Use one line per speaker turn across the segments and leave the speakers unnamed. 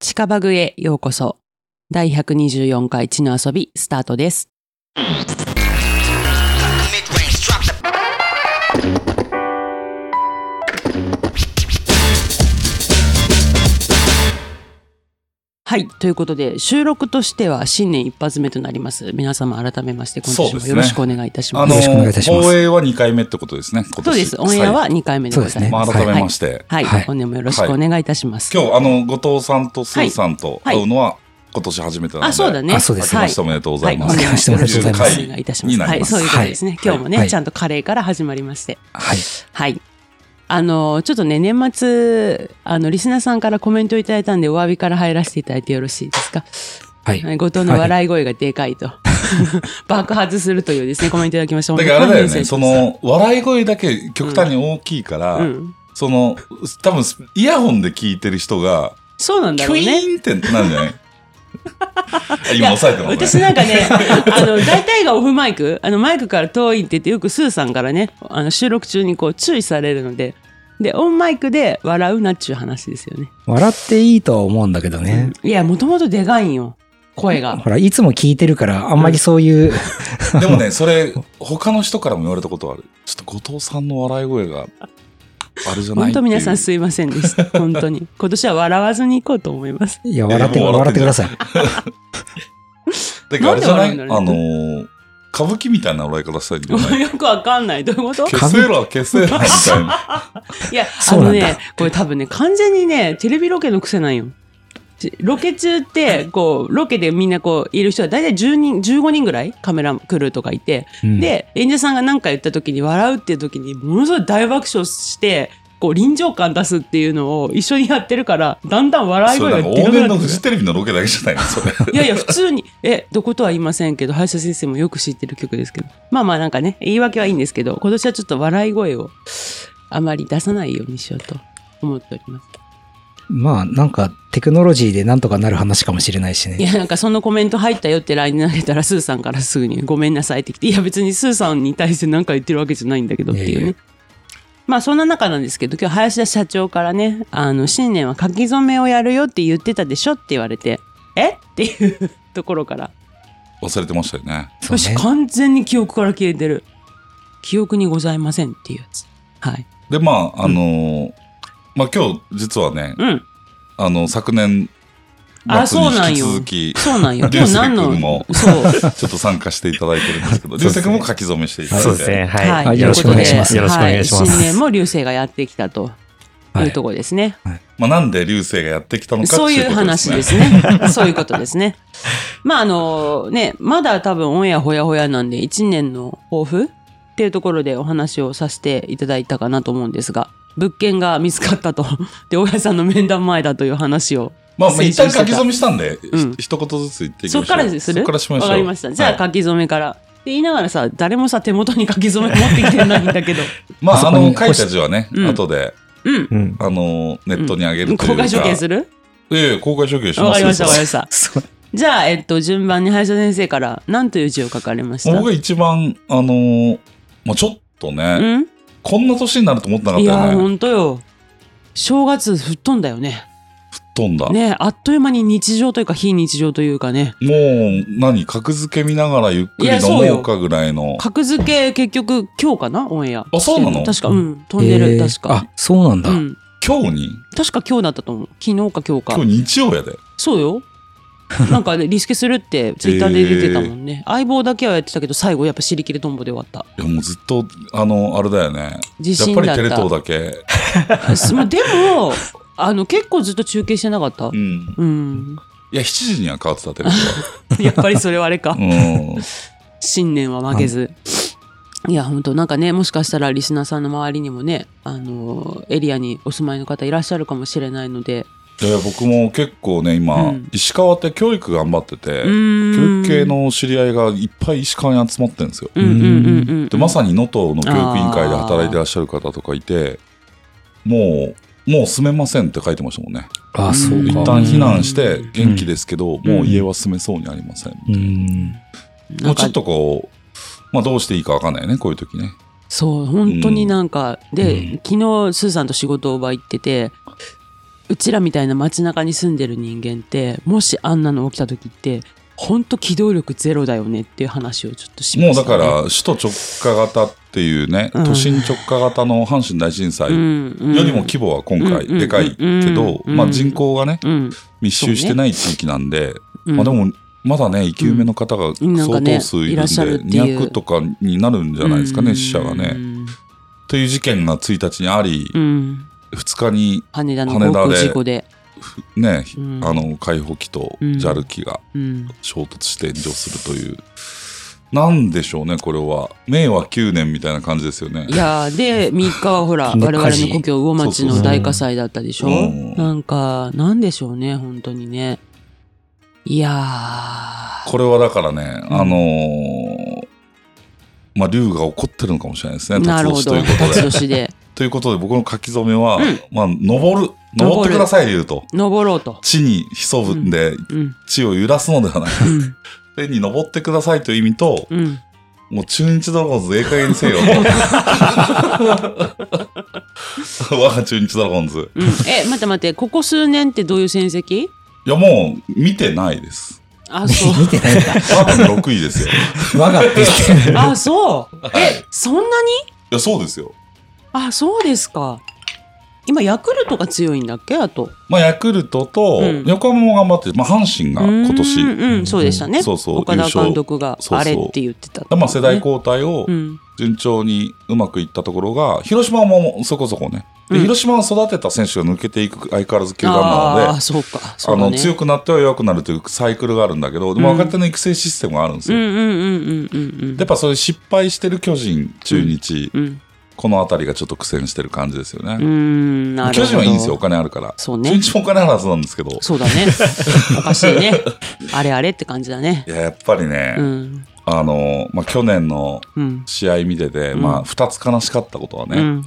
近バグへようこそ。第124回地の遊びスタートです。はい。ということで、収録としては新年一発目となります。皆様改めまして、今年
そうで
も
すね
よろしくお願いいたし
あ
ます。
の
よろしくお願いいたします
放映は2回目ってことですね、今年。
そうです。オンエアは2回目でござい
ま
ま
あ、
す。
改めまして、
はい。
はい
本年もよろしくお願いいたします。
今日、あの、後藤さんとスーさんと
はい
会うのは、今年初めてなので、
あ、そうだね。
あそうです
は
明けま
い
しておめでとうござ
はいい、
ます。
明けましておめでとうございます
お願いいたします。
にな
は
り
い、
ます
そういうことですね。
はい
今日もね、
はい
ちゃんとカレーから始まりまして。
はい。
はい。あの、ちょっとね、年末、あの、リスナーさんからコメントいただいたんで、お詫びから入らせていただいてよろしいですか。
はい。
はい後藤の笑い声がでかいと。爆発するというですね、コメントいただきました。
だからあれだ
本
よ
当
ね、
に
その、笑い声だけ極端に大きいから、
うん。
その、多分、イヤホンで聞いてる人が、
そうなん
キ
だ
ュ
ろう
イ
ね。
ーンってなるんじゃない 今抑えてます
私
ね。
なんか ね、あの、大体がオフマイク、あの、マイクから遠いって言って、よくスーさんからね、あの、収録中にこう、注意されるので、で、オンマイクで笑うなっちゅう話ですよね。
笑っていいとは思うんだけどね。
いや、もともとでかいんよ、声が。
ほら、いつも聞いてるから、あんまりそういう、
でもね、それ、他の人からも言われたことある。ちょっと後藤さんの笑い声が、あれじゃな
本
いってい
当
う
皆さんすいませんで した。本当に。今年は笑わずに行こうと思います。
いや、笑って、
いやもう
笑
笑
っ
って
て
る
ください。
だからあれじゃない
なんで笑うんだ
あ
ろう
の
ね
ー、歌舞伎みたいな笑い方したいんじゃな い
よくわかんない。どういうこと
消せろ、消せろ、みたいな。
いや、あ
そう
の
なんだ
ね、これ多分ね、完全にね、テレビロケの癖なんよ。しロケ中って、こう、ロケでみんなこう、いる人は大体10人、15人ぐらいカメラクルーとかいて、
うん
で、演者さんが何か言った時に笑うっていう時に、ものすごい大爆笑して、こう、臨場感出すっていうのを一緒にやってるから、だんだん笑い
それ
声
な
が
んか
で
往
かくなって
年の
く
フ
る
ジテレビのロケだけじゃないのそれ。
いやいや、普通に、え、どことは言いませんけど、歯医者先生もよく知ってる曲ですけど。まあまあなんかね、言い訳はいいんですけど、今年はちょっと笑い声をあまり出さないようにしようと思っております。
まあ、なんか、テクノロジーでなんとかなる話かもしれないし
い
ね。
や、なんかそのコメント入ったよって LINE 投げたら、スーさんからすぐに、ごめんなさいって来て、いや別にスーさんに対して何か言ってるわけじゃないんだけどっていう
いやい
ね
や。
まあそんな中なんですけど、今日林田社長からね、あの、新年は書き初めをやるよって言ってたでしょって言われて、えっていうところから、
忘れてましたよね。
そう
私
ね。
完全に記憶から消えてる記憶にございませんっていうやつはい
で、まあ、あのー、まあ今日、実はね、
うん
あの、昨年、
あ
夏に
そうなん
引き
よ
続き、
そうなんよ
流
今日
星
何の
君も
そう
ちょっと参加していただいてるんです けど、流星君も書き初めしていただいて。
そうですね。はい。
はい
と
よろしくお願いします
う
よ
こと
ろしくお
で
願いしま
はい、
す。
新年も流星がやってきたと
はい
いうところですね、
まあなんで流星がやってきたのかって
そう
い
いうう
ことで
話
すね。
ですね そういうことですねまああのねまだ多分オンエアほやほやなんで1年の抱負っていうところでお話をさせていただいたかなと思うんですが物件が見つかったと で大家さんの面談前だという話を
まあ、まあ一旦書き初
め
めしたんで、
うん
ひ一言ずつ言っていきましょ。
そうっからでする
そっからしましょう。
わかりました。じゃあ
はい
書き初めから。って言いながらさ、誰もさ、手元に書き初め持ってきてないんだけど。
まあ、あ
あそこ
の、
に
書いた字はね、
うん
後で、
うん。
うん。
あの、ネットに上げるというか。
公開処刑する
ええ、公開処刑しますよ
わかりました、わかりました。
そう
じゃあ、えっと、順番に林田先生から何という字を書かれました
僕が一番、あのーまあ、ちょっとね、
うん
こんな年になると思ってなかっ
い
た
やー、
よ
ほ
ね。
んとよ。正月吹っ飛んだよね。
飛んだ。
ねあっという間に日常というか非日常というかね。
もう、何、格付け見ながらゆっく
い
り
やそうよ
飲もうかぐらいの。
格付け結局今日かなオンエア。
あそうなの
確か、うん。飛んで
え
る、
ー
確か。
あ、そうなんだ
う。ん。
今日に
確か今日だったと思う。昨日か今日か。
今日日曜やで。
そうよ。 なんかね、リスケするってツイッターで出てたもんね。相棒だけはやってたけど、最後やっぱ尻切れトンボで終わった。
いや、もうずっと、あの、あれだよね。
自
やっ
信
ぱ
だ
り
っ
テ
た。
レ東だけ。
すまあでも、あの、結構ずっと中継してなかった
う。ん。
うん。
いや、7時には変わってた、テレ東 は。
やっぱりそれはあれか。
うん。
新年は負けず。いや、本当なんかね、もしかしたらリスナーさんの周りにもね、あの、エリアにお住まいの方いらっしゃるかもしれないので。
いや、僕も結構ね、今、
うん
石川って教育頑張ってて、
うー
教
ん
育系。の知り合いがいっぱい石川に集まってるんですよ。
うんうんうんうん。
でまさに能登の教育委員会で働いてらっしゃる方とかいてもうもう住めませんって書いてましたもんね
あ、そう
一
か。
旦避
う
難
ん
して元気ですけど、もう家は住めそうにありません、
うん。
な
も
ん
うち
か
ょっとこう、まあ、どうしていいかわかんないよねこういう時ね
そう本当になんか、
う
で
ん
昨日スーさんと仕事を場行っててうちらみたいな街中に住んでる人間ってもしあんなの起きた時って本当機動力ゼロだよねっていう話をちょっとし
も
ま
う
した、
だ
ね、
から、首都直下型っていうね、
うん
都心直下型の阪神大震災
う
よ
んうん、
りも規模は今回
うん
でかいけど、
うん
まあ人口がね、
うん
密集してない地域なんで、
うん
まあでも、まだね、生き埋めの方が
うんなんか
相
ね
当数い
い
る
ら
ん
っ
で、
しゃるっていう
200とかになるんじゃないですかね、死者がね。という事件が1日にあり
う、ん
2日に
羽田の
羽田
航
で
空事故で
ね、
うん
あの、解放機と
うん
JAL 機が
うん
衝突して炎上するという。なんでしょうね、これは。明和9年みたいな感じですよね
い。やーで3日はほら我
火事
々の故郷魚町の大火災だったでしょ
そうそうそううん
なんかなんでしょうね本当にねいやー
これはだからね、
うん
あのーまあ、竜が怒ってるのかもしれないですね、
なる
辰
ほ
年と
ど
いうこ
辰
とで。
年で
ということで、僕の書き初めは、
うん
まあ、登る、登ってください、竜と。
登ろうと、
地に潜ぶんで、
うん
地を揺らすので はない。
うん
天に登ってくださいという意味と、
うん、
もう中日ドラゴンズええ加減にせよ と。我が中日ドラゴンズ。
うん、え待って待ってここ数年ってどういう戦績
いや、もう見てないです。
あ そう
見てないんだ。
多分6 位ですよ。い
我がって言ってる。
あそうえそんなに
や、そうですよ。
あそうですか今ヤクルトが強いんだっけあと
まあ、ヤクルトと
うん
横浜も頑張って、まあ、阪神が今年、
うんうんそうでしたね
そうそう、
岡
優
田
勝。
監督が
そうそう
あれって言ってた
まあ、世代交代を
うん
順調にうまくいったところが、広島もそこそこね。で
うん
広島を育てた選手が抜けていく相変わらず球団な
あ
の
あ
で、
そうかそ
あ
うだ
の
ね
強くなっては弱くなるというサイクルがあるんだけど、でも
うん
若手の育成システムがあるんです
うん
よ。
うんうんうんうんうん
やっぱそれ失敗してる巨人、中日、
うん
この辺りがちょっと苦戦してる感じですよ
うー
ね。
んなるほど
巨人はいいんですよ、お金あるから。
そう
中
ね
日もお金あるはずなんですけど、い
そうだねおかしいねあれあれって感じだね
や、やっぱりね、
うん
あの、まあ、去年の
うん
試合見てて、
うん
まあ、2つ悲しかったことはね、
うん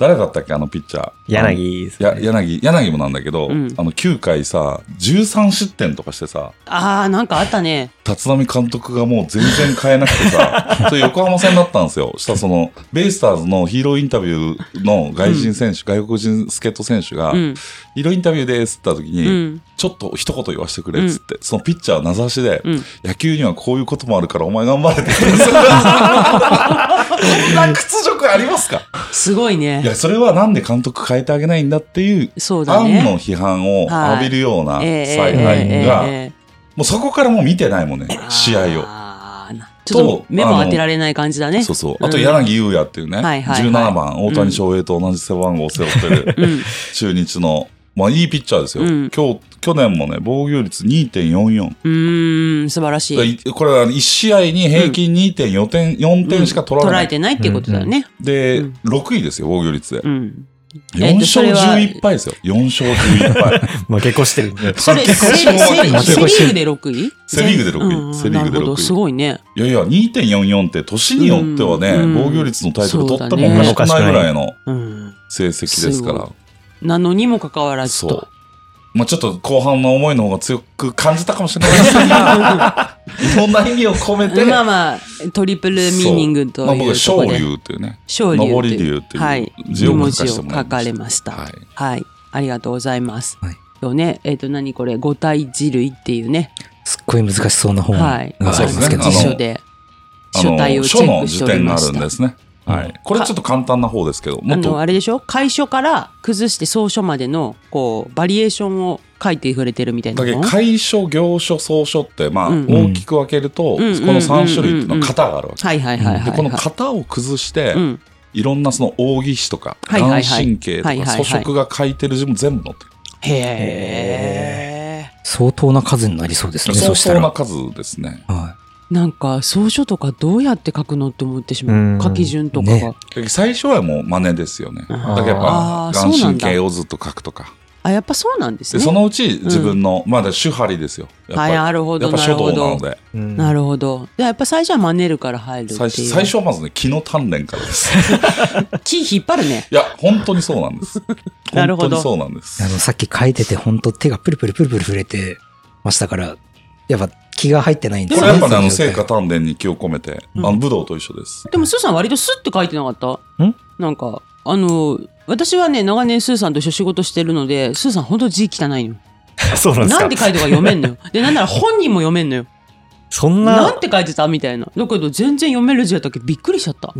誰だったっけ、あのピッチャー。
柳です
や
ね。
柳柳もなんだけど、
うん
あの9回さ13失点とかしてさ
ああなんかあったね
立浪監督がもう全然変えなくてさ それ横浜戦だったんですよしたらそのベイスターズのヒーローインタビューの外人選手、外国人助っ人選手が、
うん
ヒーローインタビューですって言った時
う
に、
ん
ちょっと一言言わせてくれっつって、そのピッチャーは名指しで、
うん
野球にはこういうこともあるからお前頑張れって言ってたそんな屈辱ありますか
すごい
い
ね
やそれはなんで監督変えてあげないんだっていう
そうだ
案
ね
の批判を
はい
浴びるような
ええ
采
え
配
え
が、
え
もうそこからもう見てないもんね
え、
試合を。
あーなちょっ
と
と目も当てられない感じだね
そうそう。
ん
あと、柳優也っていうね、
はいはいはい
17番、大谷翔平と同じ背番号を背負ってる
うん
中日の、まあいいピッチャーですよ。
うん
今日、去年もね、防御率2.44。
うーん素晴らしい
これは1試合に平均2.4点、4点しか取られな
捉
い。
えてないっていうことだよね
で、
うん
6位ですよ、防御率で。
うんえっ
4
とそ
勝
れは
11敗ですよ。4勝11敗。
負け越してる。
それ、セ
結構
セリセリ
勝
セ
ち
リ
越し
ーグで6位
セリーグで六位
うん
セリーグで
なるほど
六位
すごいね。
いやいや、2.44って年によってはね、
うん
防御率のタイトル取って
そう
も
だ
お
ね
かしくないぐらいの
うん。
成績ですから。
なのにもかかわらず
そ
と。
う。まあちょっと後半の思いの方が強く感じたかもしれないですが、いろんな意味を込めて、
まあまあ、トリプルミーニングと
まあ
い
僕は
うとこ
昇
ろで。
竜っていうね、
昇竜
上
と
り
いう。
竜って
はいいう
字を書
字
か
を
せて
書
もらい
かれ
し。
ましたた。
はい。
はい。ありがとうございます
はい。
とね、えっと、何これ、五体地類っていうね。
すっごい難しそうな本
はい。
があ
そう
り
で
ますすけ
ね
ど
あの辞書
ね。
で、
あ
書体
の、
をチ
書
ェッ
の
クして
辞
おり
典が
ま
あ
し
るん
た
で。すね。はい。これちょっと簡単な方ですけど、
あ
もっ
の、
と、
あれでしょ楷書から崩して草書までの、こう、バリエーションを書いてくれてるみたいな
だけ
の。
楷書、行書、草書って、まあ
うん
大きく分けると、こ
うん
の3種類っていうのは型があるわけ。
はいはいはいはいはい。
でこの型を崩して、
うん。
いろんなその扇子とか、
はいはいはい
眼神経とか、
はいはいはい
粗食が書いてる字も全部載ってる。
へえ。
相当な数になりそうですね、
相
そした
当
ら。
な
は
数ですね。
なんか草書とかどうやって書くのって思ってし
う
ま
ん
う書き順とかが、
ね
最初はもう真似ですよね。だ
あー
からやっぱ
あ、ー
眼
そうな
神
んだ
経をずっと書くとか。
あやっぱそうなんです
で、
ね
そのうち自分の、まだ手張りですよ。やっぱ
はい
り。
なるほ
や
ど
っぱ
な
書
る
道
ほ
なの
ど
で、
な
なる
るほどでやっぱ最初は真似るから入るっていう
最初最初はまずね、気の鍛錬からです。
木引っ張るね
いや、本当にそうなんです。
なる
本
ほど
当にそうなんです
あ。の、さっき書いてて、本当手がプルプルプルプル震えてましたから、やっぱ気が入ってないんで
こ
す
れ
ね
やっぱね、あの、
そ
成
状
果
態
鍛錬に気を込めて、あ
うん
の、武道と一緒です。
でもスーさん割とスッって書いてなかった
ん
なんかあの私はね、長年スーさんと一緒に仕事してるので、スーさん本当字汚いのよ。
そうなんですか。
なんて書いてるか読めんのよ。で、なんなら本人も読めんのよ。
そん
な
なん
て書いてたみたいな。だけど全然読める字やったっけびっくりしちゃった。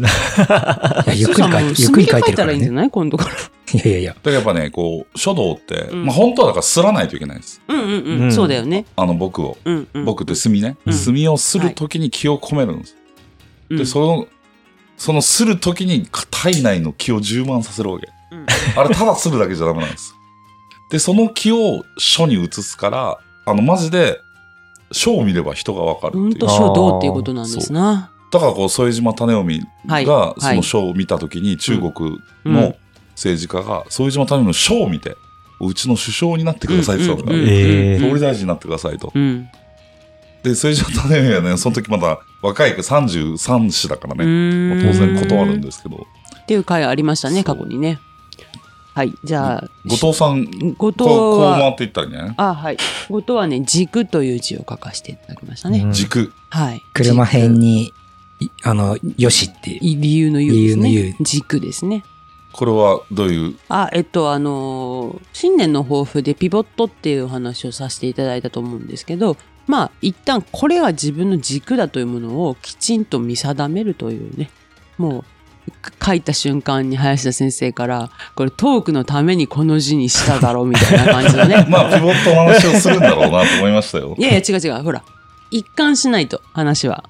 いやゆっ
スー
く
さ
り
ん
書い
も
て、ゆっ
墨
くり
で
書
書
い
い
て
た
るからら
いいん
ね。
じゃない今度から。
いやいやいや。
だからやっぱね、こう、書道って、
ん
まあ本当はだからすらないといけないんです。
うんうんうん。
うん
そうだよね。
あの僕を。
うんうん。
僕って墨ね。
うん
墨をするときに気を込めるんです。
うん
で、その、そのするときに体内の気を充満させるわけ。
うん
あれただするだけじゃダメなんです。で、その気を書に移すから、あの、マジで、書を見れば人がわかる
ほん
ってい
と
う。
書道っていうことなんですな。
だからこう、副島種臣
はい
が、
い
その書を見たときに、中国
うん
の政治家が、副島種臣の書を見て、うちの首相になってくださいって言ったの
うんう
が
ん
えー
総理大臣になってくださいと。
うん。
で、副島種臣はね、その時まだ若い33子だからね、まあ当
当
然断るんですけど、
っていう回ありましたね、
そう
過去にね。はい、じゃあ、
後藤さん、
後藤
とこう回
は、
っていったらいいんじゃない
あ、はい。後藤はね、軸という字を書かせていただきましたね。
うん
軸。
はい。
車編
軸
に、いあの、よしっていう。
理由の言うですね。
理由の言
軸ですね。
これはどういう。
あ、えっと、あのー新年の抱負でピボットっていう話をさせていただいたと思うんですけど、まあ、一旦これが自分の軸だというものをきちんと見定めるというね、もう、か書いた瞬間に林田先生から、これトークのためにこの字にしただろうみたいな感じの ね
まあ、ピボットの話をするんだろうなと思いましたよ
い。やいや、違う違う。ほら、一貫しないと、話は。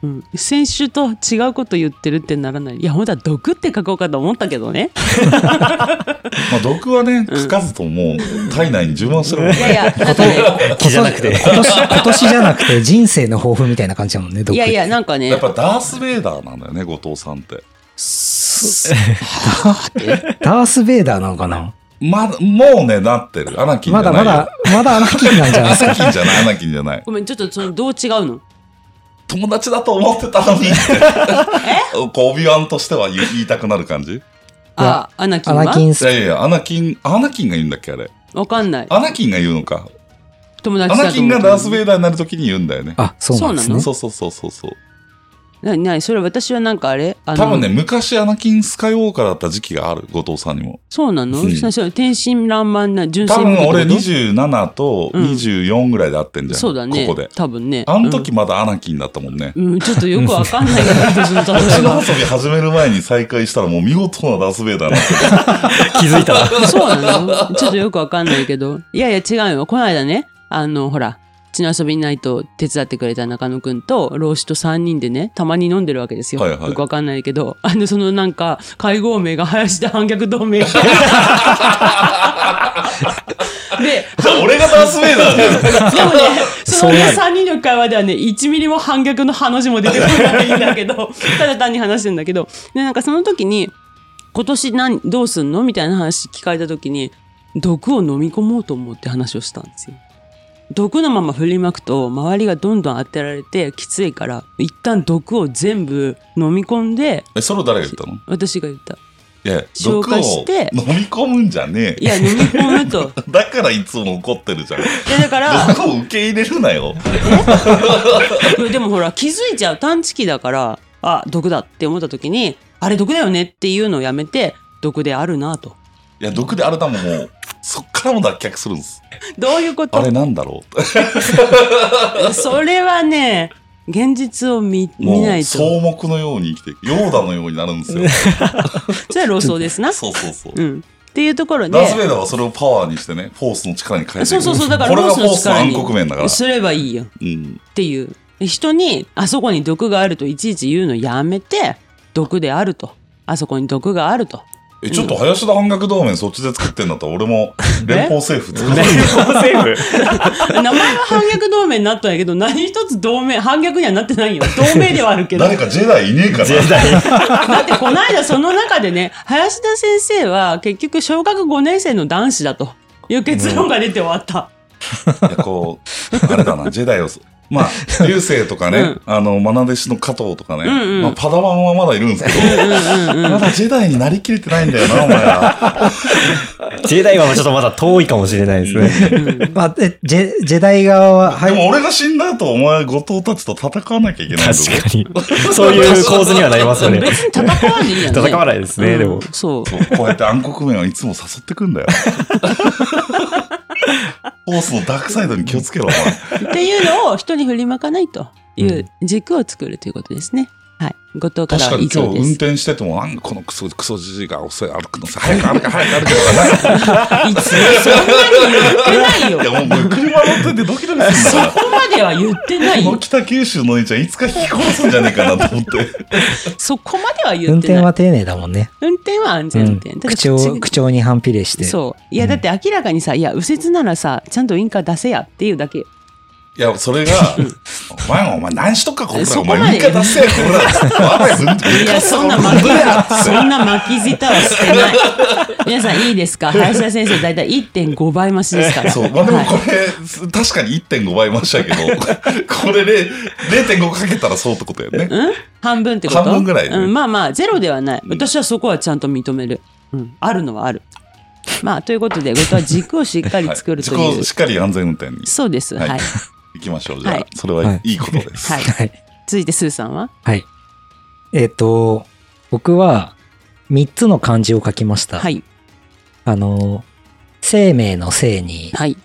うん、先週と違うこと言ってるってならない。いや、本当は毒って書こうかと思ったけどね。
まあ、毒はね、書かずともう体内に充満してるもん
いやい
ね。
や、なん かね、
木じゃなくて
今年、今年じゃなくて人生の抱負みたいな感じだもんね、ど
い
っ
やいや、なんかね、
やっぱダース・ベイダーなんだよね、後藤さんって。
ダース・ベイダーなのかな
まだ、もうね、なってる。アナキンじ
ま
ゃ
だ
な
ま
いよ。
だ、まだアナキンなんじゃな い
ア
です
ナ
か。
キンじゃない、アナキンじゃない。
ごめん、ちょっとその、どう違うの
友達だと思ってたのにって。 こう、オビワンとしては言い言いたくなる感じい
あ、アナキン
ア
は
ナキンス
やいやいや、アナキン、アナキンが言うんだっけ、あれ。
わかんない。
アナキンが言うのか。
友達だ
ア
と思
ナ
って
キンがダース・ベイダーになるときに言うんだよね。
あ、そうなんですね。
そうそうそうそうそう。
ななにそれ私はなんかあれあの
多分ね、昔アナキン・スカイウォーカーだった時期がある、後藤さんにも。
そうなの、
うん
そそう天真爛漫な、純
多
粋無垢って
分
こと
俺27と
うん
24ぐらいで会ってんじゃん。
そうだね。
ここで。
多分ね。
あの時まだアナキンだったもんね。
うん、うんちょっとよくわかんない けど、私の例
星
え
の
が。
遊び始める前に再会したらもう見事なダース・ベイダーになってる
気づいたら。
そうなのちょっとよくわかんないけど。いやいや、違うよ。この間ね、あの、ほら、血の遊びないと手伝ってくれた中野くんと、老子と3人でね、たまに飲んでるわけですよ。
はいはい
よくわかんないけど、あの、そのなんか、会合名が林田反逆同 盟。で、
じゃあ俺がダース・ベイダー じゃん。
でもね、そ
そう
の
なる
3人の会話ではね、1ミリも反逆のハの字も出てこないんだけ ど、ただ単に話してんだけど、で、なんかその時に、今年何、どうすんのみたいな話聞かれた時に、毒を飲み込もうと思うって話をしたんですよ。毒のまま振りまくと、周りがどんどん当てられてきついから、一旦毒を全部飲み込んで、
え、それを誰が言ったの
私が言った。
いや、
消
毒を
化
飲
して
み込むんじゃね
い
え。
や、飲み込むと。
だからいつも怒ってるじゃん。
で、だから、
毒を受け入れるなよ。
い やでもほら気づいちゃう探知機だからあ毒だって思った時にあれ毒だよねっていうのをやめて毒であるなと
いや、毒であれだもん、もう。そっからも脱却するんです。
どういうこ
あ
と
れなんだろう
それはね現実を見見
も
な
う
い
草
と
木のように生きていく。ヨーダのようになるんですよ。
それは老僧ですな
そうそうそう。
うんっていうところで
ダース・ベイダーはそれをパワーにしてね、フォースの力に変えて
そ
いく。
うそうそうだから
これ
ロ
が
ース
フ
の
ォースの
力
暗黒面だから
に。すればいいよっ
うん。
ていう人にあそこに毒があるといちいち言うのやめて毒であるとあそこに毒があると
え、ちょっと林田半額同盟そっちで作ってんだったら、俺も連邦政府作る。
セーフ。
名前は反逆同盟になったんやけど何一つ同盟反逆にはなってないよ同盟ではあるけど
誰かジェダイいねえかな。
絶対。
だってこの間その中でね、林田先生は結局小学5年生の男子だという結論が出て終わった。
いやこう、あれだな、ジェダイを、まあ、流星とかね、
うん
あの、愛弟子の加藤とかね、
うんうん
まあ、パダワンはまだいるんですけど、
うんうん
まだジェダイになりきれてないんだよな、お前ら。
ジェダイはちょっとまだ遠いかもしれないですね。
うん
まあ、えジェ、ジェダイ側は、は
でも
い。
俺が死んだ後、お前、後藤たちと戦わなきゃいけないんだぞ
確かに。そういう構図にはなりますよね。
別に戦わないんやね。
戦わないですね、でも
うん。そう。
そうこうやって暗黒面はいつも誘ってくんだよ。 フォースのダークサイドに気をつけろ、お前。
っていうのを人に振りまかないという軸を作るということですね。はい。後藤から
確か
は
に
以
今
上
日
で
運
す。
転してても、なんかこのクソ、クソじじいが遅い歩くのさ、早く歩け、早く歩けとかなんか
いつもそんなに言ってないよ
い。や、もう、もう車乗っててドキドキす
そ
るんだか
こまでは言ってな
ら。
い
この
よ。
北九州のお兄ちゃん、いつか引き殺すんじゃねえかなと思って。
そこまでは言
運
って
転
ない。
は丁寧だもんね。
運転は安
う
全運
ん
転。。ただ
口調、口調に反比例して。
そう。いや、だって明らかにさ、いや、右折ならさ、ちゃんとウインカー出せやっていう だけ。
いや、それが、お前もお前何しとっか、これ
そこ
ら。お
まで
前、言い方せえ、これら。まだすん
いや、そんな巻き、そんな巻き舌はして ない。皆さんいいですか林田先生、だいたい1.5倍増しですから。
そう。まあ、でも
はい
これ、確かに1.5倍増したけど、これで、0.5かけたらそうってことやね。
うん半分ってこと
半分ぐらいね
うん、まあまあゼロではない私はそこはちゃんと認める、うん、あるのはあるまあということで後藤は軸をしっかり
はい
作ると
自
いう、
己をしっかり安全運転に
そうですは
はいい
はい、
行きましょう。じゃあ、
はい
それはいいことです。
はい。
続いてスーさんは
はい。えっ、と、僕は3つの漢字を書きました。
はい
あの、生命の生に、
はい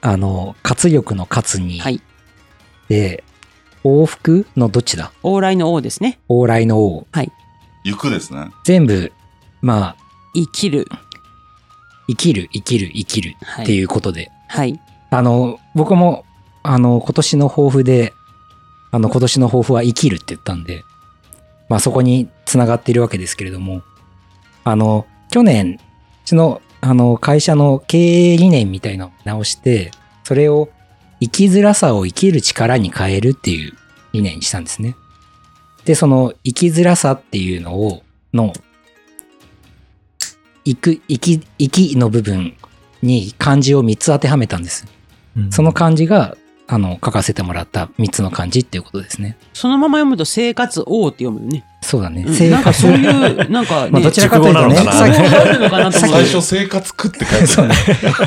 あの、活力の活に、
はい
で、往復のどっちだ
往来の王ですね
往来の王。
行くですね。
全部、まあ、
生きる
生きる、生きる、生きる
は
って
い
いうことで。
はい
あの、僕も、あの、今年の抱負で、あの、今年の抱負は生きるって言ったんで、まあそこに繋がっているわけですけれども、あの、去年、うちの、あの、会社の経営理念みたいなのを直して、それを生きづらさを生きる力に変えるっていう理念にしたんですね。で、その生きづらさっていうのを、の、生く、生き、生きの部分に漢字を3つ当てはめたんです。その漢字が、あの、書かせてもらった3つの漢字っていうことですね。
そのまま読むと生活王って読むよね、
そうだね。
うん
正
なんか
解
そういうなんかね、
まあ、どちらかというとね、
熟語なの
さ
か
っ
な
そうあるのかなと思う
最初、生活苦って書いて
き、
あ
そうね。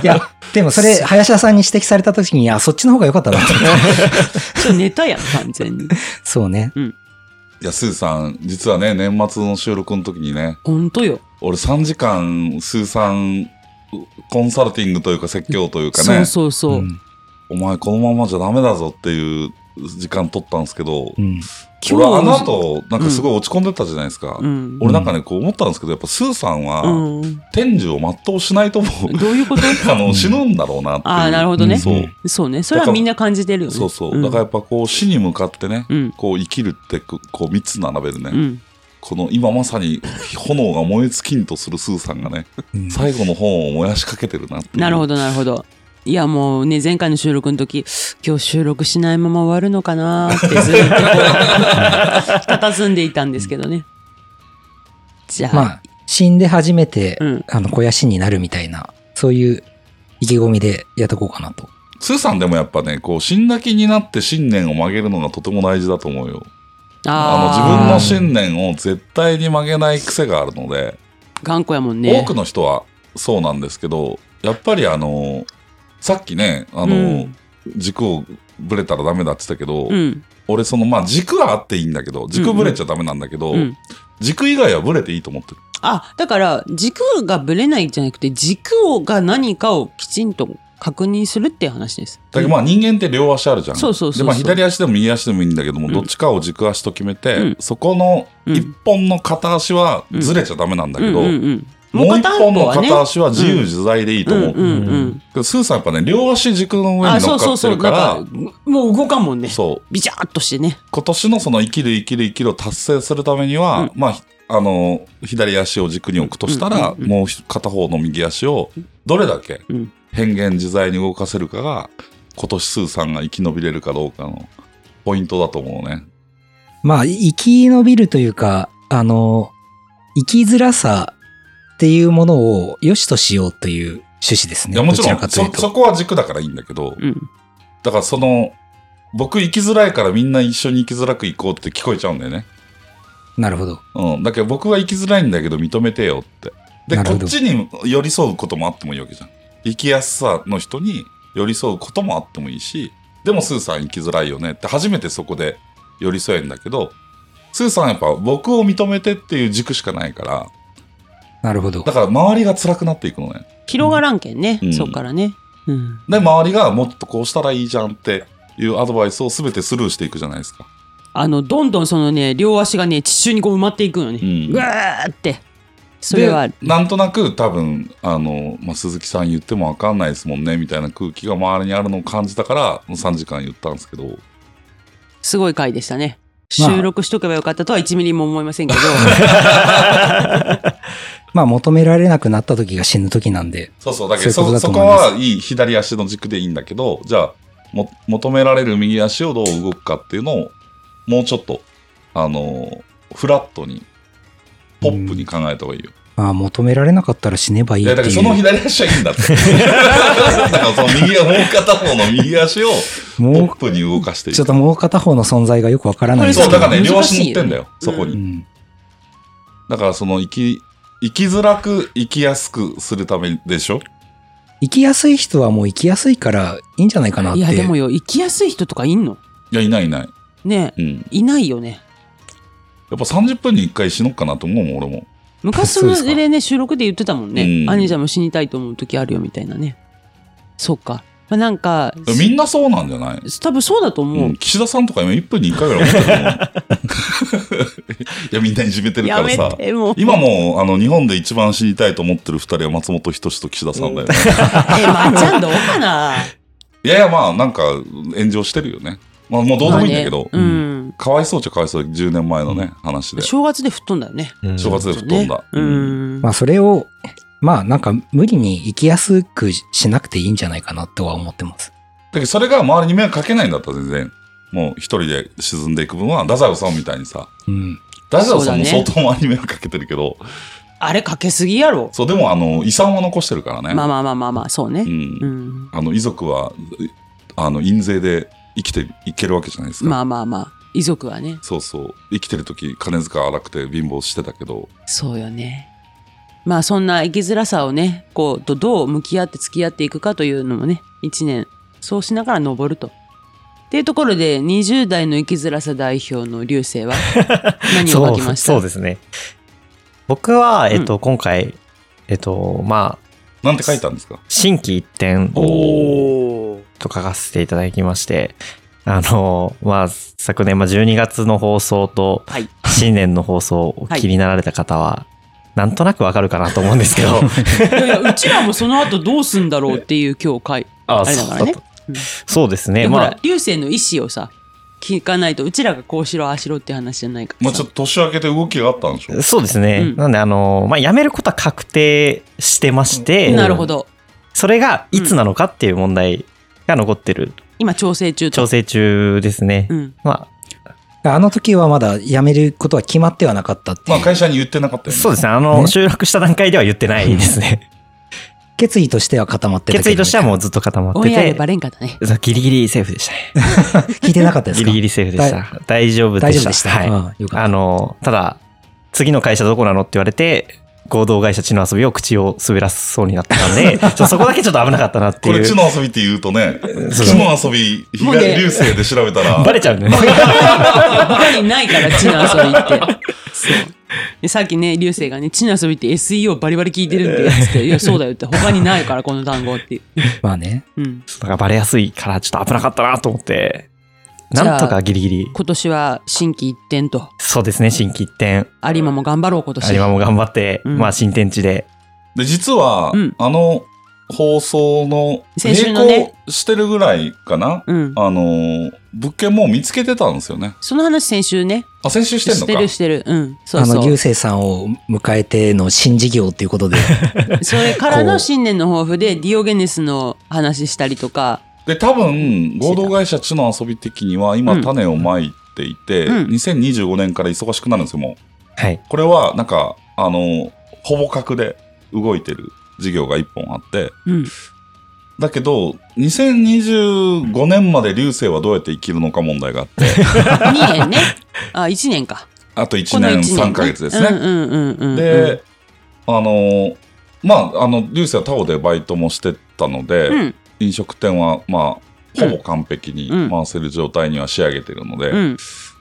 いや、でも それ、林田さんに指摘された時に、あ、そっちの方が良かったなって。
それネタやん完全に
そうね。
いや、スーさん、実はね、年末の収録の時にね、
ほんとよ、
俺3時間、スーさん、コンサルティングというか説教というか
そ
ね
う、そうそう、
ん。
お前このままじゃダメだぞっていう時間取ったんですけど
う、ん
俺あの後、なんかすごい落ち込んでたじゃないですか
う。ん、
俺なんかね、こう思ったんですけど、やっぱスーさんは、
うん、
天寿を全うしないと思う。
どういうこと
あの、死ぬんだろうなっていう。
ああなるほどね、
そう
うん
そうね。それはみんな感じてるよね。
そうそう。だからやっぱこう死に向かってね、
うん。
こう生きるってここう3つ並べるね、
うん。
この今まさに炎が燃え尽きんとするスーさんがね
うん
最後の本を燃やしかけてるなっていう
なるほど、なるほど。いや、もうね、前回の収録の時、今日収録しないまま終わるのかなーってずっとこう、たたずんでいたんですけどね。じゃあ、
まあ、死んで初めて、
うん。
あの、肥やしになるみたいな、そういう意気込みでやっていこうかなと。
スーさんでもやっぱねこう死んだ気になって信念を曲げるのがとても大事だと思うよあの
あー
自分の信念を絶対に曲げない癖があるので、
頑固やもんね。
多くの人はそうなんですけどやっぱりあのさっきねあの、
うん
軸をぶれたらダメだって言ったけど、
うん。
俺そのまあ軸はあっていいんだけど軸ぶれちゃダメなんだけど、
うん。
軸以外はブレていいと思ってる。
あ、だから、軸がぶれないんじゃなくて、軸をが何かをきちんと確認するっていう話です。
だけどまあ人間って両足あるじゃん。
そうそうそうそう
でまあ左足でも右足でもいいんだけども、
うん
どっちかを軸足と決めて、
うん
そこの
うん
一本の片足はずれちゃダメなんだけど、
うんうんうん。
もう一本の
はね
片足は自由自在でいいと
う
思う。
んうんうん。
けどスーさんやっぱね、両足軸の上
あ、
に乗
そうそう
っかって
そう。
るか
な
ら
ん、か、もう動かんもんね。
そう。
ビチャーっとしてね。
今年のその生きる生きる生きるを達成するためには、
うん
まあ、ひあの、左足を軸に置くとしたら、
うんうんうん
もうひ片方の右足をどれだけ
うん
変幻自在に動かせるかが、今年スーさんが生き延びれるかどうかのポイントだと思うね。
まあ、生き延びるというか、あの、生きづらさっていうものを良しとしようという趣旨です
い
ね。
や、もちろ
ど
ん
ちらかという
そ、
と。
そこは軸だからいいんだけど、
うん。
だからその、僕行きづらいからみんな一緒に行きづらく行こうって聞こえちゃうんだよね。
なるほど。
うん。だけど僕は行きづらいんだけど認めてよって。で、
なる
こ
ほ
っ
ど
ちに寄り添うこともあってもいいわけじゃん。行きやすさの人に寄り添うこともあってもいいし、でもスーさん行きづらいよねって初めてそこで寄り添えるんだけど、スーさんやっぱ僕を認めてっていう軸しかないから、
なるほど
だ。から周りが辛くなっていくのね。
広がらんけんね、
うん
そっからね。うん。
で、周りがもっとこうしたらいいじゃんっていうアドバイスを全てスルーしていくじゃないですか。
あの、どんどんそのね、両足がね、地中にこう埋まっていくのね。
うん
うわーって。それはある、
でなんとなく多分あの、まあ、鈴木さん言っても分かんないですもんねみたいな空気が周りにあるのを感じたからもう3時間言ったんですけど
すごい回でしたね。
まあ
収録しとけばよかったとは1ミリも思いませんけど。
まあ、求められなくなった時が死ぬ時なんで、
そうそうだけど
そういう
そそ
ことだと
こ
思います
はいい左足の軸でいいんだけどじゃあも求められる右足をどう動くかっていうのをもうちょっとあのフラットにポップに考えた方がいいよ。
まあ、求められなかったら死ねばい
い
い
や
って
だから
い
その
う。
左足はいいん だって。だからその右もう片方の右足をポ
も
ップに動かして
う、
い
ちょっ
く。
ともう片方の存在がよくわからないんです
そう
けど
だからね両
難しい
足
よ
乗ってんだよそこに
う。ん。
だからその生き、生きづらく、生きやすくするためでしょ
生きやすい人はもう生きやすいからいいんじゃないかなっ
い
て。
や、でもよ、行きやすい人とかいんの
いや、いないいない。
ね
うん。やっ
いないよね。
ぱ30分に1回死のっかなと思うもん、俺も。
昔
そう
そ
ですか
れね、収録で言ってたもん
う
ね。
ん
兄ちゃんも死にたいと思う時あるよみたいなね。そうか。まあ、なんか、
みんなそうなんじゃない
多分そうだと
う
思う。
ん、岸田さんとか今1分に1回ぐらい思ってると思う いやみんないじめてるか
や
ら
め
さ
て、もう。
今もうあの日本で一番死にたいと思ってる2人は松本人志と岸田さんだよね、
え、まあちゃんどうかな。
いやいやまあなんか炎上してるよね、まあ、もう どうでもいいんだけど、
まあねうん。
かわいそうっちゃかわいそう10年前のね話で
正月で吹っ飛んだよね。
うん
正月で吹っ飛んだ、
うん。
まあ、それを、まあ、なんか無理に生きやすくしなくていいんじゃないかなとは思ってます。
だけどそれが周りに迷惑かけないんだったら全然もう一人で沈んでいく分は太宰治みたいにさ
うん。
太宰治も
そうだ
相
ね
当周りに迷惑かけてるけどそう,、
あれかけすぎやろ。
でもあの遺産は残してるからね、
まあまあまあまあまあ、そう
う
ね。
ん
うん。
あの遺族はあの印税で生きていけるわけじゃないですか、
まあまあまあ、遺族はね。
そうそう生きてる時金遣い荒くて貧乏してたけど
そうよね。まあそんな生きづらさをね、こうとどう向き合って付き合っていくかというのもね、一年そうしながら登ると。っていうところで20代の生きづらさ代表の流星 は何を書きました
そうそうですね。僕は、
ん
えっと、今回、えっと、まあ、
なんて書いたんですか
新規一点
お
と書かせていただきまして、あの、まあ、昨年、まあ、12月の放送と
はい、
新年の放送を気になられた方は、なんとなくわかるかなと思うんですけど、
いやいや、うちらもその後どうすんだろうっていう今日 会。
あ
あれだからね
そうそうです
で
ね。
ほ
まあ
ら、、流星の意思をさ、聞かないと、うちらがこうしろ、ああしろって話じゃないから
ま
さ。
あちょっと年明けて動きがあったんでしょ
そうですね。
うん
なんで、あの、まあ、辞めることは確定してまして、
なるほど。
それがいつなのかっていう問題が残ってる、
今、調整中と。
調整中ですね。
うん。
ま
あの時はまだ辞めることは決まってはなかったって
ま
い
あ
う。
会社に言ってなかった
あ、
よね
そうですね。あの、
ね
収録した段階では言ってないですね。
決意としては固まってたけど。
決意としてはもうずっと固ま
オ
っ
ンエア
て
で
て
バ。レんかったね。
そうギリギリセーフでしたね。
聞いてなかったです
ギ
か
リギリセーフでした。大丈夫で
大丈夫
した。
でした。
はい。
ああよか
あ
った。
の、ただ、次の会社どこなのって言われて、合同会社地の遊びを口を滑らすそうになったんで、ちょっとそこだけちょっと危なかったなって
これ
い
地
う。
の遊びって言うとね
そう
地の遊び被
もうね
害流星で調べ たら
バレちゃうんだね。
他にないから、地の遊びって。そう。でさっきね、流星がね、地の遊びって SEO バリバリ聞いてるんで、つって、いや、そうだよって、他にないから、この単語っていう。
まあね。
うん。
だからバレやすいからちょっと危なかったなと思って、
じゃあ
なんとかギリギリ。
今年は新規一点と、
そうですね、新規一点。
有馬も頑張ろう、今
有馬
年。
も頑張って、
うん
まあ新天地で。
で実は、
うん
あの放送の
先週
並
のね
行してるぐらいかな、
うん。
あのー物件もう見つけてたんですよね
その話先週ね、
あ先週してん
し
の
て
か
るしてる。うん。そう
あ
そ
の、
う。
流星さんを迎えての新事業っていうことで。
それから
こ
の
う
新年の抱負でディオゲネスの話したりとか、
で多分合同会社地の遊び的には
う
今
ん
種をまいていて、
うん
2025年から忙しくなるんですよもう
はい。
これはなんかあのーほぼ格で動いてる事業が1本あって
うん、
だけど、2025年まで流星はどうやって生きるのか問題があって、
2年ね。あ、1年か。
あと
こ
1
の1
年
年、
3ヶ月ですね。
うんうんうんうんうん。
で、あのーまあ、あの、流星はタオでバイトもしてたので、
うん、
飲食店は、まあ、ほぼ完璧に
うん
回せる状態には仕上げてるので、
うん。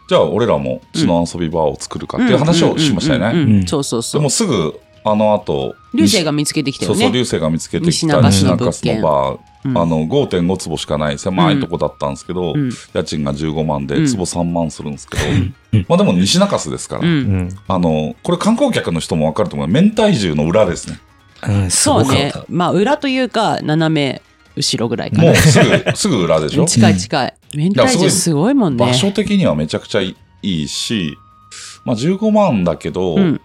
じゃあ俺らも血の遊び場を作るかっていう話をしましたよね。
うんうんうんうん
うん
そうそうそ
で
う
も。すぐあの後
流星が見つけてきたよ
そうそう流
ね。
星が見つけてき
西
た
中洲
西
の
中洲の
う
バー、
ん
あの5.5坪しかない狭いとこだったんですけど、
うん
家賃が15万で
うん
坪3万するんですけど、
うん
まあでも西中洲ですから、
うん。
ん。
あのこれ観光客の人も分かると思う明太重の裏ですね
うん、す
そ
ご
う
かっ
ね
た。。
まあ、裏というか、斜め後ろぐらいか
も
な
う。す ぐすぐ裏でしょ、
近い近い。明
だから
太
すご
子
い
すごいもんね。
場所的にはめちゃくちゃいいし、まあ、15万だけど、
うん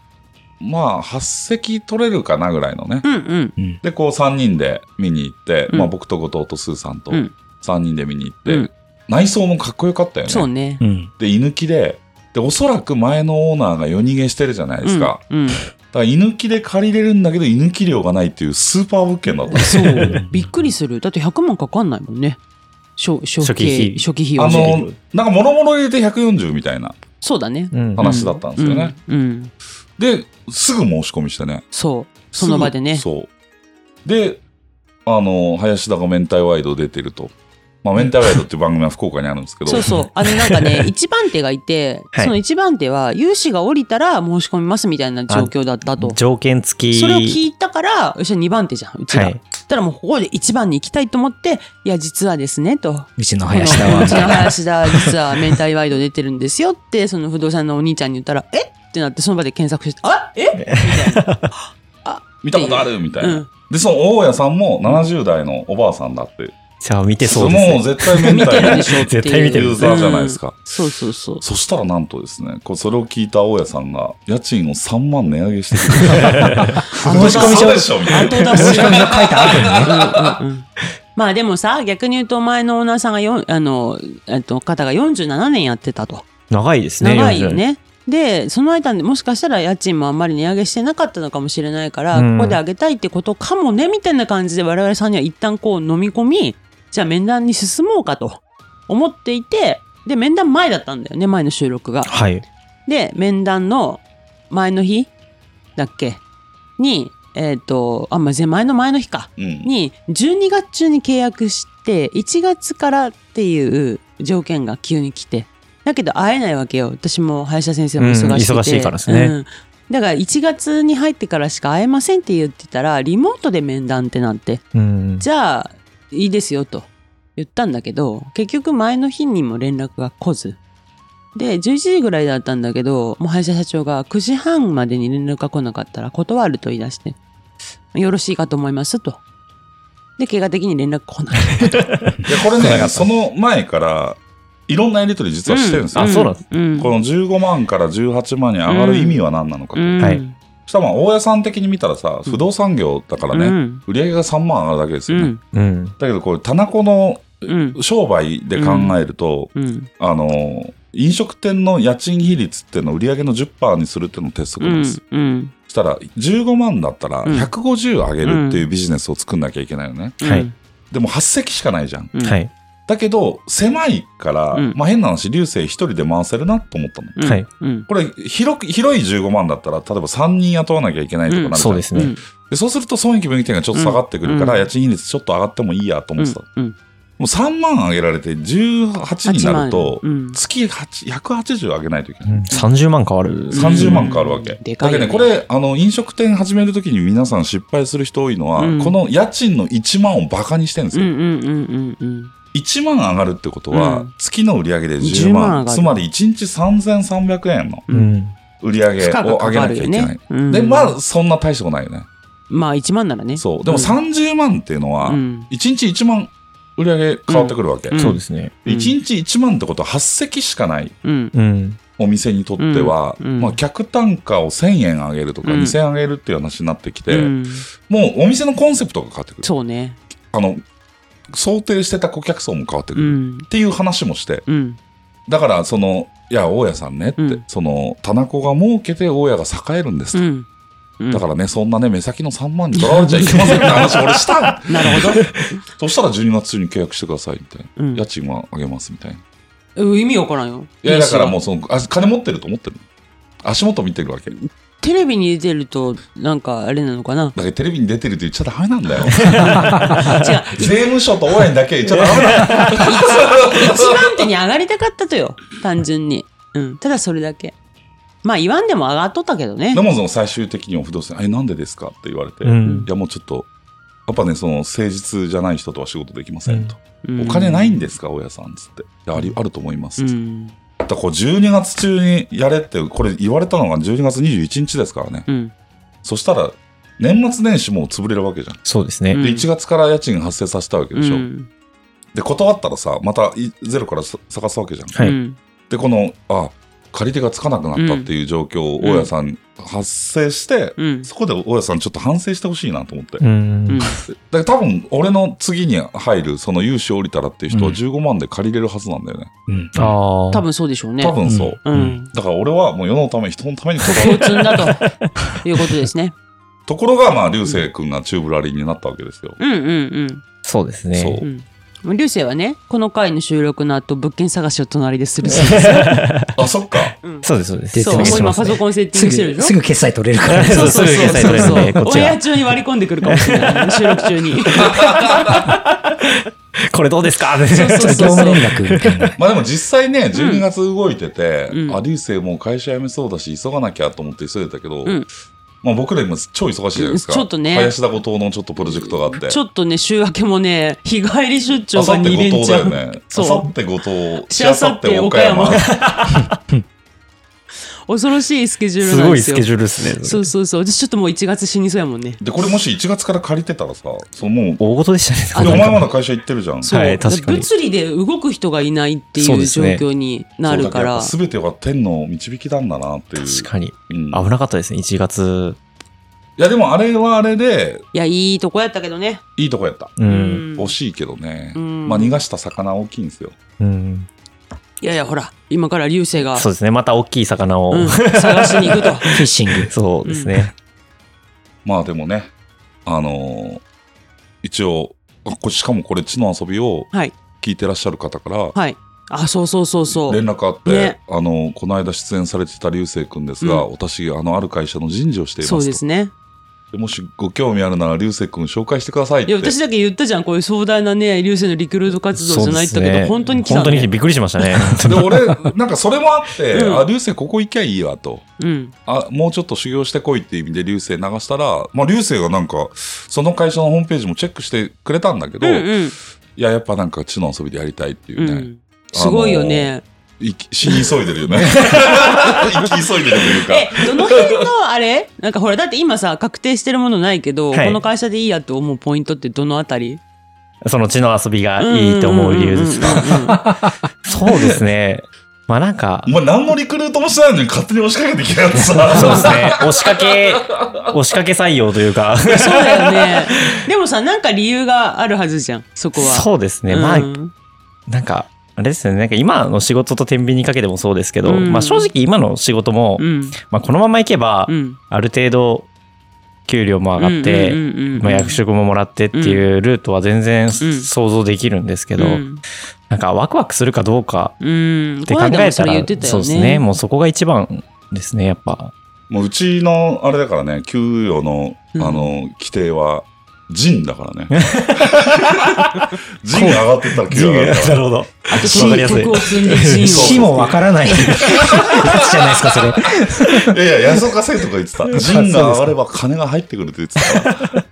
まあ8席取れるかなぐらいのね、
うんうん。
うん。
でこう3人で見に行って、
うん
まあ、僕と後藤とスーさんと
うん
3人で見に行って、
うん
内装もかっこよかったよね
そうね。
うん。
で居抜きででおそらく前のオーナーが夜逃げしてるじゃないですか、
うん。
だから居抜きで借りれるんだけど居抜き料がないっていうスーパー物件だったん
うん
です
そう。 びっくりする。だって100万かかんないもんね。初初
初期
期
費
初期費
あ
用で
のなんかもろもろ入れて140みたいな
そうだね。
うん
話だったんですよね、
うん。うん
ですぐ申し込みしてね
そう。その場でね
す。ぐそうであの林田が明太ワイド出てるとまあ明太ワイドっていう番組は福岡にあるんですけど
そうそう。あの、なんか ね、一番手がいて、
はい
その一番手は、融資が降りたら申し込みますみたいな状況だったと。
条件付き。
それを聞いたから、よっしゃ、2番手じゃん、うちが。
は
そ
い。
したらもう、ここで1番に行きたいと思って、いや、実はですね、と。
うちの林田
このうちの
は。
林田、実は明太ワイド出てるんですよって、その不動産のお兄ちゃんに言ったら、えってなって、その場で検索して、あえみたいな。
見たことあるみたいな、
うん
でその大家さんも70代のおばあさんだって
じゃあ見てそうです
もう
ね。
絶対明
見て
太
る
の
でしょっていう。
絶対見てる
ユーザーじゃないです
か。
か、
そうそうそう。
そしたらなんとですねこうそれを聞いた大家さんが家賃を3万値上げしてくれた
後出し
申し込み書嘘でしょみたいな
後出し
申し込みの書いた後にね。
うんうんうんまあでもさ逆に言うとお前のオーナーさんがよんあの、えっと、方が47年やってたと
長いですね。
長いよねでその間にもしかしたら家賃もあんまり値上げしてなかったのかもしれないから、
うん
ここで上げたいってことかもねみたいな感じで我々さんには一旦こう飲み込みじゃあ面談に進もうかと思っていてで面談前だったんだよね前の収録が
40。はい。
で面談の前の日だっけにえっ、とあまあ前の前の日か
うん
に12月中に契約して1月からっていう条件が急に来てだけど会えないわけよ私も林田先生も忙しくて、
うん忙しいからですね
んだから1月に入ってからしか会えませんって言ってたらリモートで面談ってなって
うん。
じゃあいいですよと言ったんだけど結局前の日にも連絡が来ずで11時ぐらいだったんだけどもう林田社長が9時半までに連絡が来なかったら断ると言い出してよろしいかと思いますとで結果的に連絡来ない
いやこれねその前からいろんなやり取り実はしてるんですよ、
あそうなん
です、うん
この15万から18万に上がる意味は何なのかと、
うん
はい
そしたらまあ大家さん的に見たらさ不動産業だからね、
うん
売り上げが3万上がるだけです
う
よね、
ん
うん。
だけどこれ棚子の
うん
商売で考えると、
うん
あの飲食店の家賃比率っていうのを売り上げの10%にするっていうのを鉄則
う
なん
ん
です、
うん
そしたら15万だったら
うん
150上げるっていうビジネスを作んなきゃいけないよね、
はい
でも8席しかないじゃん
うん
はい。
だけど狭いから、
うん
まあ変な話流星一人で回せるなと思ったの
うん
はい
うん
これ広く広い15万だったら例えば3人雇わなきゃいけないとかなるじゃん
そうです
うん
ね。
でそうすると損益分岐点がちょっと下がってくるから、
うん
家賃比率ちょっと上がってもいいやと思ってた、も
うん
う3万上げられて18になると
8万うん
月8 180上げないといけない、
うん30万変わる。
30万変わるわけ、
うんでかいよ
だ
ね
けどねこれあの飲食店始めるときに皆さん失敗する人多いのは、
うん
この家賃の1万をバカにしてるんです
うん
よ、
うんうんうん
1万上がるってことは、
うん
月の売り上げで10
10万上
万
がる
つまり1日3300円の
うん。
売り上
うん
げを上げなきゃいけない、
うん
でまあそんな大したことないよね
まあ1万ならね
そうでも
ん
30万っていうのは、
うん
1日1万売り上げ変わってくるわけ、
うん
そうですね。
うん
1日1万ってことは8席しかない
うん
うん。
お店にとっては、
うんうん
まあ、客単価を1000円上げるとか
うん
2000円上げるっていう話になってきて、
うん
もうお店のコンセプトが変わってくる
そうね
あの想定してた顧客層も変わってく
う
る、っ
ん
ていう話もして
うん
だからそのいや大家さんねって、
うん
その田中が儲けて大家が栄えるんです
う
と、
んうん
だからね、そんなね、目先の3万にとらわれちゃいけませんって話 俺したん
なる ほ
そしたら12月中に契約してくださいみたいな。
ど。うん
家賃は上げますみたいな。い
うん。意味わからんよ。
や、だからもう
う。
その、あ金持ってると思ってる。足元見てるわけ。だ
テレビに出てると、なんかあれなのかな。
けどテレビに出てると言っちゃダメなん だよ。
違う。
税務署と応援だけ言っちゃダメな んだよ。
一番手に上がりたかったとよ。単純に。うん。ただそれだけ。まあ言わんでも上がっとったけどね
で。もその最終的にお不動産、え、なんでですかって言われて、
う
い
ん。
やもうちょっと、やっぱね、その誠実じゃない人とは仕事できませんと。
うん
お金ないんですか、大家さんつって。いやありあると思います
う
っつって。
ん。
だからこう12月中にやれって、これ言われたのが12月21日ですからね。
うん。
そしたら、年末年始もう潰れるわけじゃん。
そうで
う
す
ん
ね。
で、1月から家賃発生させたわけでしょ。
うん
で、断ったらさ、またいゼロからさ探すわけじゃん。
は
う
い。
ん
で、この、あ、借り手がつかなくなったっていう状況を
うん
大家さん発生して、
うん。
そこで大家さんちょっと反省してほしいなと思って。
う
だ
ん。
から多分、俺の次に入る、その融資降りたらっていう人は
うん
15万で借りれるはずなんだよね。
うん。
ああ。
多分そうでしょうね。
多分そう。
う。
うん
だから俺はもう世のため、人のためにこだわる
共通だということですね。
ところが、まあ、流星君がチューブラリーになったわけですよ。
うんうん
そうです
そ
ね。
う
う。
ん。うん。流星はね、この回の収録の後、物件探しを隣です るそう
あ、そっか。
です。
そうです、そうで
う
す。
ん。そう、
説
も
明
う
し
今
ま
パ
す
ソ
ね
コンセッティン
す
グしてる
ぐ、
でしょ
すぐ決済取れるからね。
そうすぐ決済取れるんでこっ
オ
ち
ンエ
は
ア中に割り込んでくるかもしれない。収録中に。
これどうですか
そうそう
業務連絡みたいな。
まあでも実際ね、12月動いてて、
うん
あ、流星もう会社辞めそうだし、急がなきゃと思って急いでたけど、
うん
まあ僕ら今超忙しいじゃないですか。
ちょっとね
林田後藤のちょっとプロジェクトがあって。
ちょっとね、週明けもね、日帰り出張
あさ
が
って
2
後
連
藤
チ
だよ
ャン。
ね。あ
そう
さって後藤、
しあさって岡山
しあさって
恐ろしいスケジュール
す
なん
ご
で
い
す
ス
よ。
ケジュールですね。
そうそうそう。私ちょっともう1月死にそうやもんね。
で、これもし1月から借りてたらさ、そのもう、で
大事でした
お
ね。
前まだ会社行ってるじゃん。
そう、
はい確かに
物理で動く人がいないって
そ
いうう
です
状
ね
況になるから。
すべては天の導きなんだなっていう。
確かに。
うん
危なかったですね、1月。
いや、でもあれはあれで、
いや、いいとこやったけどね。
いいとこやった。
う
う。
ん
惜しいけどね。
うん
まあ、逃がした魚大きいんですよ。
うん。
いやいや、ほら、今から流星が、
そうですね。また大きい魚を
う。ん、探しに行くと。
フィッシング。
そうですね。
まあでもね、あのー一応、あこれしかもこれ、地の遊びを
はい
聞いてらっしゃる方から、
はい。あ、そうそうそうそう。
連絡あって、
ね
あのーこの間出演されてた流星くんですが、
う
私、あの、ある会社の人事をしています
そ
と
うですね。
でもしご興味あるなら、流星くん紹介してくださいっ
い
て。
や、私だけ言ったじゃん。こういう壮大なね、流星のリクルート活動じゃないって
そ
だけ
うで
ど、
すね
本当に来た、ね。
本当に来てびっくりしました ね。
で、俺、なんかそれもあって、
うん
あ、流星ここ行きゃいいわと。
うん。
あ、もうちょっと修行してこいっていう意味で流星流したら、まあ流星がなんか、その会社のホームページもチェックしてくれたんだけど、
うんうん
いや、やっぱなんか地の遊びでやりたいっていう
う
ね。
ん。すごいよね。
いき死に急いでるよね。生き急いでるというか。
え、どの辺のあれなんかほら、だって今さ、確定してるものないけど、
はい
この会社でいいやと思うポイントってどのあたり
その地の遊びがいいと思う理由ですか。
か。
そうですね。まあなんか
お、前何のリクルートもしてないのに勝手に押しかけてきたやつ
そうで
さ。
すね。押しかけ、押しかけ採用というか。
そうだよね。でもさ、なんか理由があるはずじゃん、そこは。
そうですね。
うん
まあ、なんか、あれですね。なんか今の仕事と天秤にかけてもそうですけど、
うん
まあ正直今の仕事も、
うん。
まあこのままいけば
う、ん。
ある程度、給料も上がって、
うんうんうんうん
まあ、役職ももらってっていうルートは全然想像できるんですけど、
うん
なんかワクワクするかどうか
うん。
って
こ
考
の間
えたら、
もそれ言ってたよね。
そうですねもうそこが一番ですねやっぱ
もううちの、あれだからね、給与の、
う
あ
ん
の、規定は、人だからね。人が上がってったら給料上がるから。
るほど
あと、
わかりやすい
徳を積んで 人を。
死もわからないやつじゃないですか、それ。
いやいや、安岡生とか言ってた。人が上がれば金が入ってくるって言ってたから。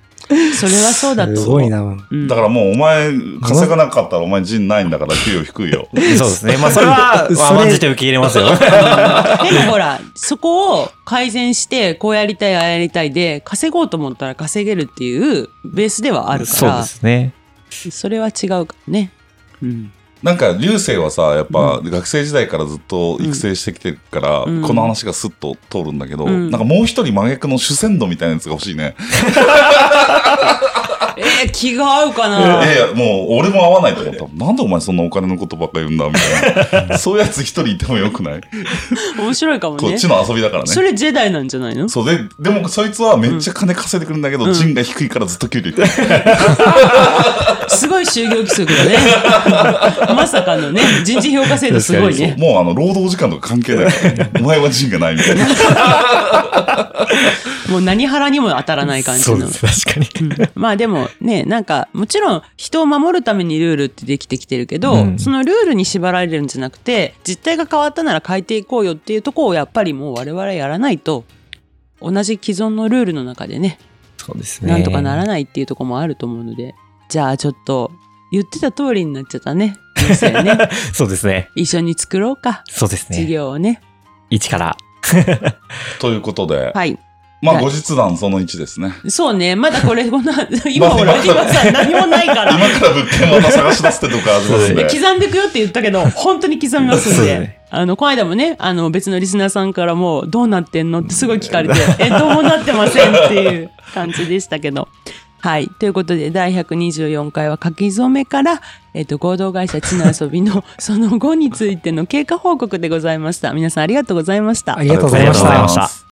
それはそうだと。
すごい。な。
うん
だからもうお前、稼がなかったらお前人ないんだから給与低 いよ。
そうですねまあそれは
それ
まあ甘んじて受け入れますよ
でもほら、そこを改善して、こうやりたい、ああやりたいで、稼ごうと思ったら稼げるっていうベースではあるか
そう
ら、
ですね
それは違うからね。うん。
なんか流星はさやっぱ学生時代からずっと育成してきてるから、
うん
この話がスッと通るんだけど、
うん
なんかもう一人真逆の主戦度みたいなやつが欲しいね。
ええー、気が合うか
い
な
やいや、もう俺も合わないと思ったもん。なんでお前そんなお金のことばっか言うんだみた いな。そういうやつ一人いてもよくない
面白いかも
こっ
ね
ちの遊びだからね
そ。れジェダイなんじゃないの
そうで、でもそいつはめっちゃ金稼いでくるんだけど、
うん
ジンが低いからずっと給料低い。
すごい就業規則だねまさかのね人事評価制度すごいね
もうあの、労働時間とか関係ない から、お前はジンがないみたいな。
もう何腹にも当たらない感じ
そう
の
です確かに。
うんまあでもねなんかもちろん人を守るためにルールってできてきてるけど、
うん
そのルールに縛られるんじゃなくて実態が変わったなら変えていこうよっていうところをやっぱりもう我々やらないと同じ既存のルールの中でね
そうですね。
なんとかなら
い。
ないっていうところもあると思うのでじゃあちょっと言ってた通りになっちゃったね人生ね
そうですね。
一緒に作ろうか
そうです
授
ね。
業をね
一から。
ということで、
はい
まあ、
はい
後日談その1ですね。
そうねまだこれこんな 今ほ
ま
ら
あ
今さ何もないか
今
ら
から物件また探し出すってとこありますんで。
刻んでくよって言ったけど、本当に刻みますん
そう
で。
だね
あの、この間もね、あの、別のリスナーさんからも、どうなってんのってすごい聞かれて、 え、どうもなってませんっていう感じでしたけど。はい。ということで、第124回は書き初めから、えっ、と、合同会社地の遊びのその後についての経過報告でございました。皆さんありがとうございました
あ。りがとうございまし
ありがとうござい
た
ま。した